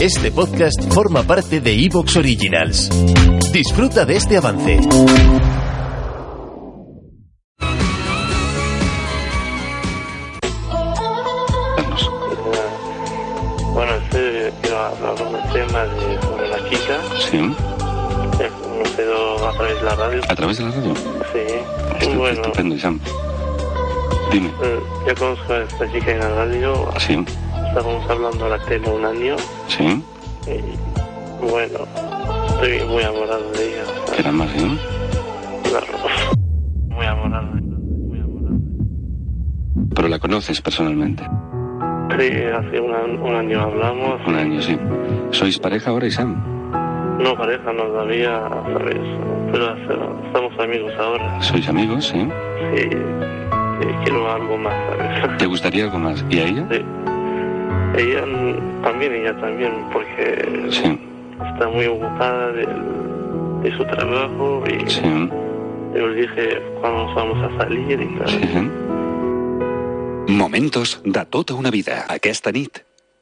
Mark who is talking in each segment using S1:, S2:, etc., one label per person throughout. S1: Este podcast forma parte de Evox Originals. Disfruta de este avance.
S2: Bueno, este quiero hablar de un tema de, sobre la chica.
S3: Sí,
S2: Eh, Nos quedó a través de la radio.
S3: a través de la radio.
S2: Sí.
S3: Estu-
S2: Bueno,
S3: Estupendo, Sam. Dime.
S2: eh, yo conozco a esta chica en la radio.
S3: Sí,
S2: Estábamos hablando a la tele un año.
S3: sí,
S2: Y bueno, estoy muy enamorado de ella.
S3: eran más, ¿eh?
S2: Claro. Muy enamorado. Muy enamorado.
S3: Pero la conoces personalmente.
S2: Sí, hace un, an- un año hablamos.
S3: Un año, sí. ¿Sois pareja ahora y Sam?
S2: No pareja, no todavía, ¿sabes? Pero hace- estamos amigos ahora.
S3: ¿Sois amigos, ¿eh? sí?
S2: Sí. sí, Quiero algo más, ¿sabes?
S3: ¿Te gustaría algo más? ¿Y a ella?
S2: Sí. Ella mm, también, ella también, porque
S3: Sí,
S2: está muy ocupada de, de su trabajo y
S3: sí,
S2: yo le dije cuándo nos vamos a salir y tal.
S3: sí. ¿eh?
S4: Momentos de tota una vida. Aquesta nit,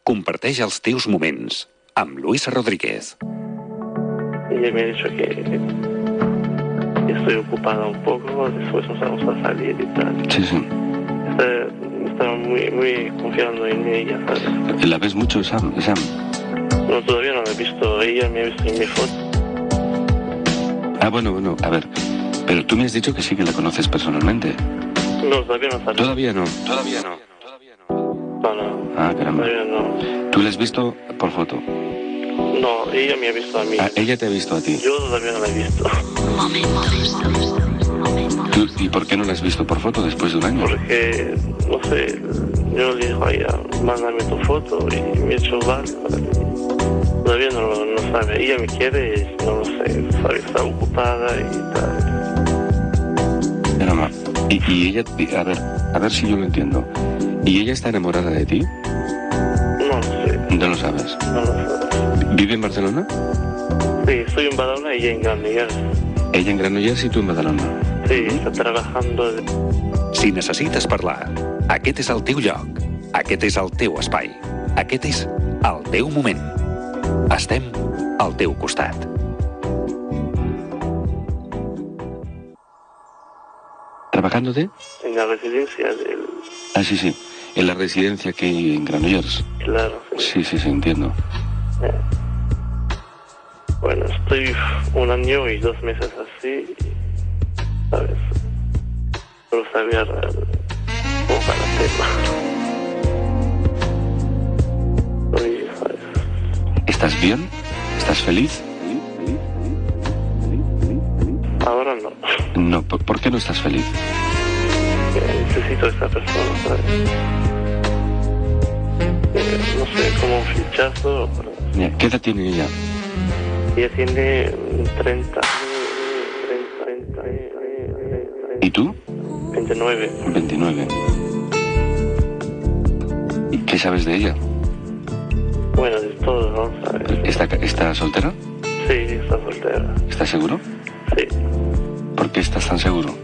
S4: comparteix els teus moments amb Luisa Rodríguez.
S2: Y ella me ha dicho que estoy ocupada un poco, después nos vamos a salir y tal.
S3: Sí, sí.
S2: Está, está muy, muy confiando en mí ella, ¿sabes?
S3: ¿La ves mucho, Sam? Sam.
S2: No, todavía no la he visto, ella me ha visto en mi foto.
S3: Ah, bueno, bueno, a ver. Pero tú me has dicho que sí que la conoces personalmente.
S2: No, todavía no salió.
S3: Todavía no. Todavía no.
S2: No, no,
S3: Ah, caramba.
S2: todavía no.
S3: Tú la has visto por foto.
S2: No, ella me ha visto a mí.
S3: Ah, ella te ha visto a ti.
S2: Yo todavía no la he visto.
S3: ¿Tú- ¿Y por qué no la has visto por foto después de un año?
S2: Porque, no sé, yo le digo a ella, mándame tu foto y me he hecho vale. vale. Todavía no, lo- no sabe. Ella me quiere, y no lo sé, sabe, está ocupada y tal.
S3: Era ma- Y, y ella, y- a ver, a ver si yo lo entiendo. ¿Y ella está enamorada de ti?
S2: No lo sé,
S3: No lo sabes.
S2: no lo sabe.
S3: ¿Vive en Barcelona?
S2: Sí, estoy en Badalona y ella en Gran Miguel.
S3: Ella en Granollers y tú en Badalona.
S2: Sí, está trabajando. de-
S4: Si necessites parlar, aquest és el teu lloc. Aquest és el teu espai. Aquest és el teu moment. Estem al teu costat.
S3: ¿Trabajando de?
S2: En la residencia del.
S3: Ah, sí, sí. En la residencia que hay en Granollers.
S2: Claro,
S3: Sí,
S2: sí.
S3: sí, sí, entiendo.
S2: Bueno, estoy un año y dos meses así, y, ¿sabes? No sabía eh, cómo para hacerlo. Y, ¿sabes?
S3: ¿Estás bien? ¿Estás feliz?
S2: Ahora no,
S3: No, ¿por, por qué no estás feliz?
S2: Eh, necesito a esa persona, ¿sabes? Eh, no sé, como un fichazo, pero
S3: Mira, ¿Qué edad tiene ella?
S2: ella tiene mm, 30, 30, 30, 30, 30,
S3: ¿Y tú?
S2: 29.
S3: 29. ¿Y qué sabes de ella?
S2: Bueno, de todo, ¿no? ¿Sabes?
S3: ¿Está, está soltera?
S2: Sí, está soltera.
S3: ¿Estás seguro?
S2: Sí.
S3: ¿Por qué estás tan seguro?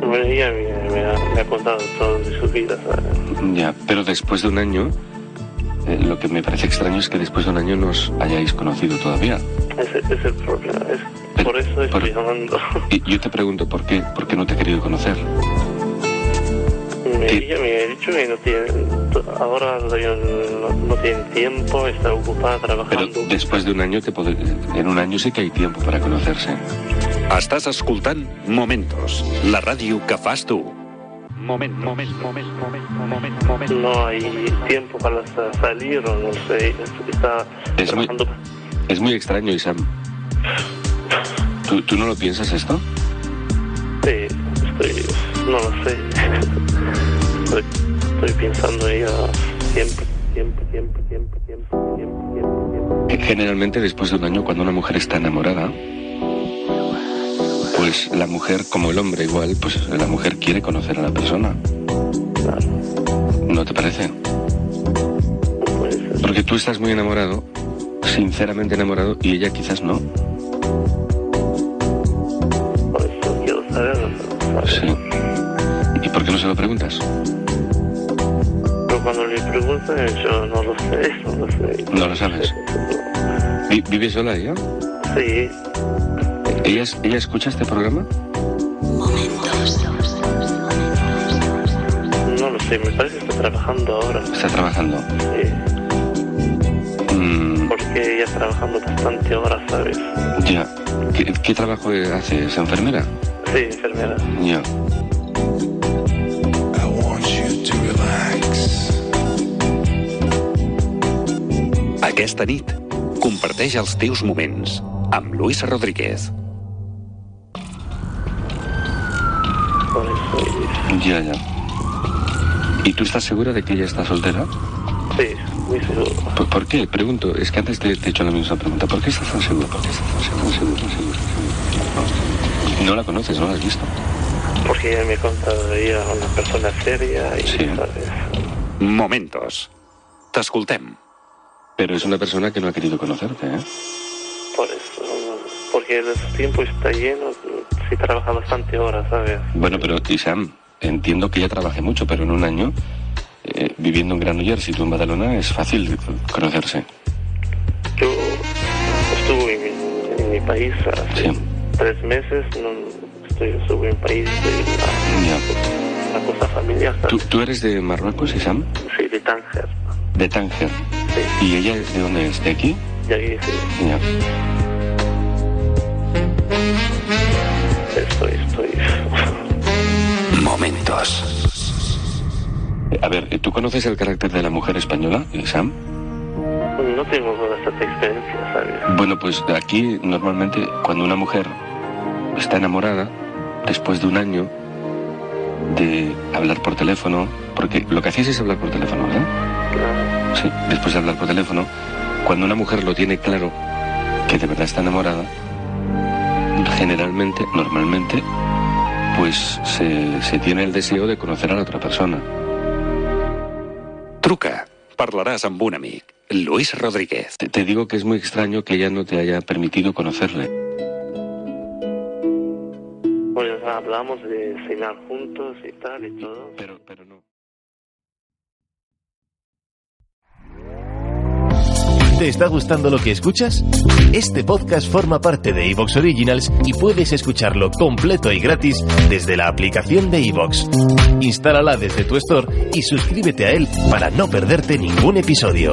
S2: Bueno, ella me, me ha, me ha contado todo de su vida, ¿sabes?
S3: Ya, pero después de un año, eh, lo que me parece extraño es que después de un año nos hayáis conocido todavía.
S2: Ese ese es el problema. Es, por eso estoy
S3: Pero-
S2: llamando.
S3: Y yo te pregunto por qué, por qué no te he querido conocer.
S2: Me-
S3: Sí.
S2: Ella me ha dicho que no tiene, to- ahora todavía no, no tiene tiempo, está ocupada
S3: Pero
S2: trabajando.
S3: después de un año, te pod- en un año sí que hay tiempo para conocerse.
S4: Estàs escoltant Momentos, la ràdio que fas tu. Moment, moment, moment, moment, moment, moment.
S2: No hay tiempo para sa- salir o no sé. es- Está
S3: Es muy-
S2: trabajando.
S3: Es muy extraño, Isam. ¿Tú, tú no lo piensas esto?
S2: Sí, estoy, no lo sé. estoy, estoy pensando en ella siempre, siempre. tiempo, tiempo, tiempo, tiempo, tiempo, tiempo.
S3: Generalmente después de un año, cuando una mujer está enamorada, pues la mujer, como el hombre igual, pues la mujer quiere conocer a la persona.
S2: Claro,
S3: ¿No te parece?
S2: no puede ser.
S3: Porque tú estás muy enamorado, sinceramente enamorado, y ella quizás no.
S2: Por eso quiero saberlo, pero,
S3: Sí.
S2: ¿sabes?
S3: ¿Y por qué no se lo preguntas?
S2: Pero cuando le preguntan, yo no lo sé, no lo sé.
S3: No lo sabes. Vi- ¿Vive sola ella?
S2: Sí,
S3: ¿Ella, es- ¿Ella escucha este programa?
S2: no lo sé, me parece que está trabajando ahora.
S3: Está trabajando.
S2: Sí,
S3: Mm,
S2: porque ella trabajando bastante ahora, ¿sabes?
S3: ya. ¿Qué, qué trabajo hace? ¿Es enfermera?
S2: Sí, enfermera.
S3: Ya.
S5: I want you to relax.
S4: Aquesta nit, comparteix els teus moments amb Luisa Rodríguez.
S2: Por eso, y-
S3: Ya, ya. ¿Y tú estás segura de que ella está soltera?
S2: sí, muy seguro.
S3: ¿Por, Pues, por qué? Pregunto, es que antes te, te he hecho la misma pregunta. ¿Por qué estás tan segura? ¿Por qué estás tan segura? segura, segura, segura? No. No la conoces, no la has visto.
S2: Porque ella me contaba ella es una persona seria y,
S3: Sí.
S2: ¿sabes?
S4: Momentos. T'escoltem.
S3: Pero es una persona que no ha querido conocerte, ¿eh?
S2: Por eso, no- porque el tiempo está lleno, sí trabaja bastante horas, ¿sabes?
S3: Bueno, pero Sam, entiendo que ya trabajé mucho, pero en un año, eh, viviendo en Granollers y tú en Badalona, es fácil conocerse.
S2: Yo estuve en mi, en mi país hace
S3: Sí.
S2: tres meses, no, estoy, estuve en mi país, de
S3: Ya.
S2: una, una cosa familiar,
S3: ¿Tú,
S2: ¿sabes?
S3: tú eres de Marruecos, Sam?
S2: Sí, de Tánger,
S3: De Tánger.
S2: sí,
S3: ¿Y ella de dónde es? ¿De aquí?
S2: de ahí sí,
S3: Ya.
S2: estoy, estoy.
S4: Momentos.
S3: Eh, A ver, ¿tú conoces el carácter de la mujer española, Sam?
S2: No tengo bastante experiencia, ¿sabes?
S3: Bueno, pues aquí normalmente cuando una mujer está enamorada, después de un año de hablar por teléfono, porque lo que hacéis es hablar por teléfono, ¿verdad?
S2: Claro,
S3: Sí, después de hablar por teléfono, cuando una mujer lo tiene claro que de verdad está enamorada, generalmente, normalmente, pues se, se tiene el deseo de conocer a la otra persona.
S4: Truca. Parlaràs amb un amic. Luis Rodríguez.
S3: Te, te digo que es muy extraño que ella no te haya permitido conocerle.
S2: pues hablamos de cenar juntos y tal y todo.
S3: Pero, pero no.
S1: ¿Te está gustando lo que escuchas? Este podcast forma parte de Evox Originals y puedes escucharlo completo y gratis desde la aplicación de Evox. Instálala desde tu store y suscríbete a él para no perderte ningún episodio.